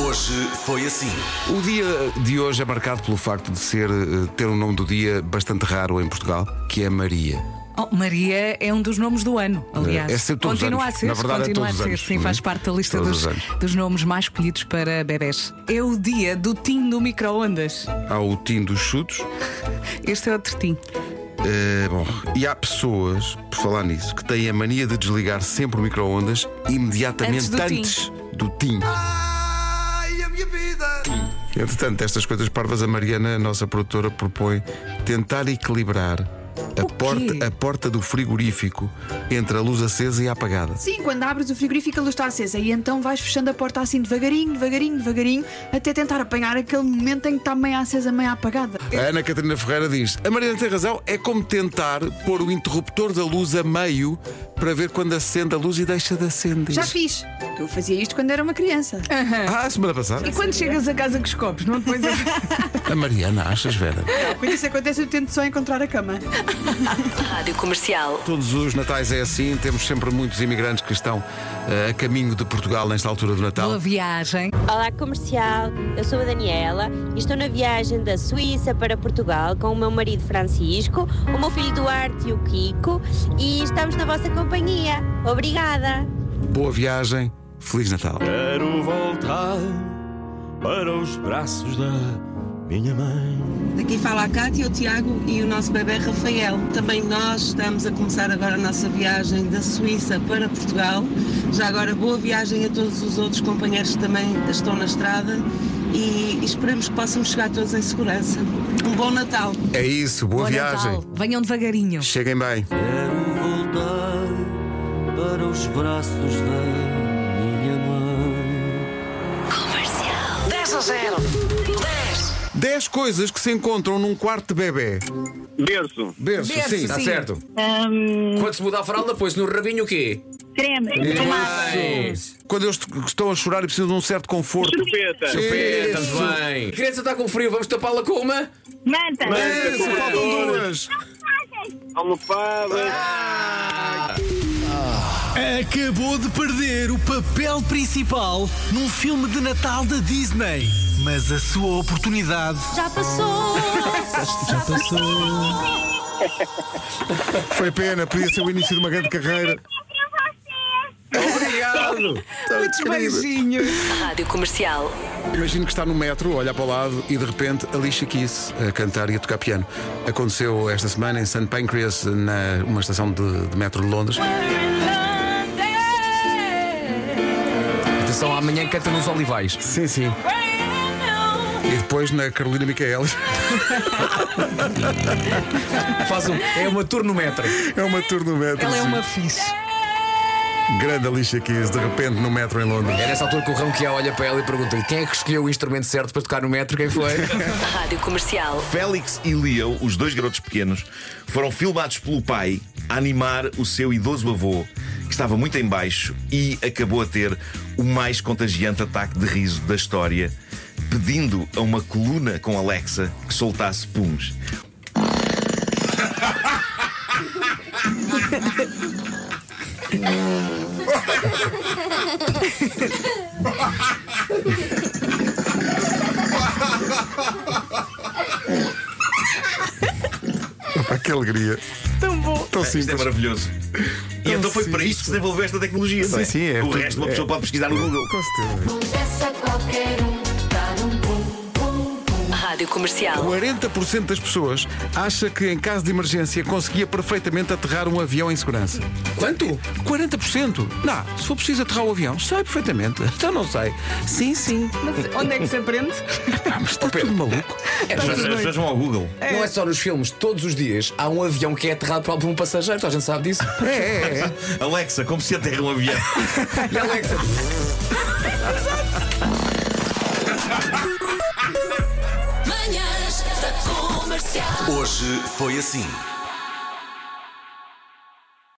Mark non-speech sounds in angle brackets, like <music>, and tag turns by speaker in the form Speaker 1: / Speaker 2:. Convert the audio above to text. Speaker 1: Hoje foi assim.
Speaker 2: O dia de hoje é marcado pelo facto de ser eh, ter um nome do dia bastante raro em Portugal, que é Maria.
Speaker 3: Oh, Maria é um dos nomes do ano, aliás.
Speaker 2: É sempre todos os
Speaker 3: continua
Speaker 2: anos.
Speaker 3: a ser,
Speaker 2: Na verdade, é
Speaker 3: continua
Speaker 2: todos os
Speaker 3: a ser,
Speaker 2: anos,
Speaker 3: sim,
Speaker 2: não é?
Speaker 3: faz parte da lista
Speaker 2: Todos os
Speaker 3: dos,
Speaker 2: anos.
Speaker 3: dos nomes mais escolhidos para bebés. É o dia do tim do micro-ondas.
Speaker 2: Há o tim dos chutos.
Speaker 3: Este é outro tim.
Speaker 2: Eh, bom, e há pessoas, por falar nisso, que têm a mania de desligar sempre o micro-ondas imediatamente
Speaker 3: Antes do tim.
Speaker 2: do tim.
Speaker 1: Ai, a minha vida!
Speaker 2: Entretanto, estas coisas parvas, a Mariana, a nossa produtora, propõe tentar equilibrar a
Speaker 3: O quê?
Speaker 2: porta, a porta do frigorífico entre a luz acesa e a apagada.
Speaker 4: Sim, quando abres o frigorífico a luz está acesa e então vais fechando a porta assim devagarinho, devagarinho, devagarinho, até tentar apanhar aquele momento em que está meio acesa, meio apagada.
Speaker 2: A É, Ana Catarina Ferreira diz: A Mariana tem razão, é como tentar pôr o interruptor da luz a meio para ver quando acende a luz e deixa de acender.
Speaker 4: Já fiz. É, Eu fazia isto quando era uma criança.
Speaker 2: Ah, a semana passada?
Speaker 3: E quando chegas a casa com os copos, não depois
Speaker 2: Tá.
Speaker 3: é...
Speaker 2: A Mariana, achas, Vera?
Speaker 4: Quando isso acontece, eu tento só encontrar a cama.
Speaker 5: Rádio Comercial.
Speaker 2: Todos os natais é assim, temos sempre muitos imigrantes que estão eh, a caminho de Portugal nesta altura do Natal.
Speaker 3: Boa viagem.
Speaker 6: Olá comercial, eu sou a Daniela e estou na viagem da Suíça para Portugal com o meu marido Francisco, o meu filho Duarte e o Kiko e estamos na vossa companhia. Obrigada!
Speaker 2: Boa viagem, Feliz Natal.
Speaker 7: Quero voltar para os braços da minha mãe.
Speaker 8: Daqui fala a Cátia, o Tiago e o nosso bebê Rafael. Também nós estamos a começar agora a nossa viagem da Suíça para Portugal. Já agora boa viagem a todos os outros companheiros que também estão na estrada e esperemos que possam chegar todos em segurança. Um bom Natal!
Speaker 2: É isso, boa
Speaker 3: Bom
Speaker 2: viagem.
Speaker 3: Natal. Venham devagarinho.
Speaker 2: Cheguem bem.
Speaker 7: Quero voltar para os braços da minha mãe.
Speaker 5: 10 a 0. 10.
Speaker 2: 10 coisas que se encontram num quarto de bebê.
Speaker 9: Berço,
Speaker 2: Berço,
Speaker 3: Berço,
Speaker 2: sim. tá
Speaker 3: sim.
Speaker 10: Certo. Quando se muda a fralda, põe-se no rabinho o quê?
Speaker 2: Isso. Quando eles t- estão a chorar e precisam de um certo conforto.
Speaker 9: chupeta,
Speaker 10: Pé,
Speaker 2: Isso.
Speaker 10: estamos bem. Criança está com frio, vamos tapá-la com uma?
Speaker 2: Isso, faltam duas.
Speaker 9: almofadas.
Speaker 11: Acabou de perder o papel principal num filme de Natal da Disney. Mas a sua oportunidade
Speaker 6: Já passou! Já passou!
Speaker 2: Foi pena, podia ser o início de uma grande carreira. Tá
Speaker 10: Obrigado.
Speaker 3: Muitos beijinhos.
Speaker 5: Rádio Comercial.
Speaker 2: Imagino que está no metro, olha para o lado e de repente a Lixa Kiss a cantar e a tocar piano. Aconteceu esta semana em St. Pancras, na uma estação de, de metro de Londres.
Speaker 10: Atenção, amanhã canta nos olivais.
Speaker 2: Sim, sim. E depois na Carolina Micaelis.
Speaker 10: Faz um, é uma tour no metro.
Speaker 2: <laughs> É uma tour no metro.
Speaker 3: Ela é
Speaker 2: sim.
Speaker 3: uma fixe.
Speaker 2: Grande Alicia Keys, de repente no metro em Londres.
Speaker 10: É nessa altura que o Rão que olha para ela e pergunta: quem é que escolheu o instrumento certo para tocar no metro? Quem foi?
Speaker 5: Rádio Comercial.
Speaker 9: Félix e Leo, os dois garotos pequenos, foram filmados pelo pai a animar o seu idoso avô, que estava muito em baixo e acabou a ter o mais contagiante ataque de riso da história, pedindo a uma coluna com Alexa que soltasse puns.
Speaker 2: Pá, que alegria.
Speaker 3: Tão bom.
Speaker 2: Tão
Speaker 9: Isto é
Speaker 2: simples.
Speaker 9: maravilhoso. E então foi para isto que se desenvolveu esta tecnologia, não é?
Speaker 2: sim, é
Speaker 9: O
Speaker 2: tudo-
Speaker 9: resto uma
Speaker 2: é-
Speaker 9: pessoa pode pesquisar no Google.
Speaker 2: Com certeza.
Speaker 5: Rádio Comercial.
Speaker 2: 40% das pessoas acha que em caso de emergência conseguia perfeitamente aterrar um avião em segurança.
Speaker 10: <laughs> Quanto?
Speaker 2: 40%? Não, se for preciso aterrar o avião, sei perfeitamente. <laughs> Então não sei. Sim, sim.
Speaker 3: Mas onde é que se aprende?
Speaker 2: Ah, mas está tudo maluco.
Speaker 9: As pessoas- as pessoas vão É, ao Google.
Speaker 10: Não é só nos filmes, todos os dias há um avião que é aterrado por algum passageiro, toda a gente sabe <laughs> disso.
Speaker 2: É, é, é.
Speaker 9: Alexa, como se aterra um avião?
Speaker 10: E Alexa,
Speaker 5: Manhãs da Comercial.
Speaker 1: Hoje foi assim.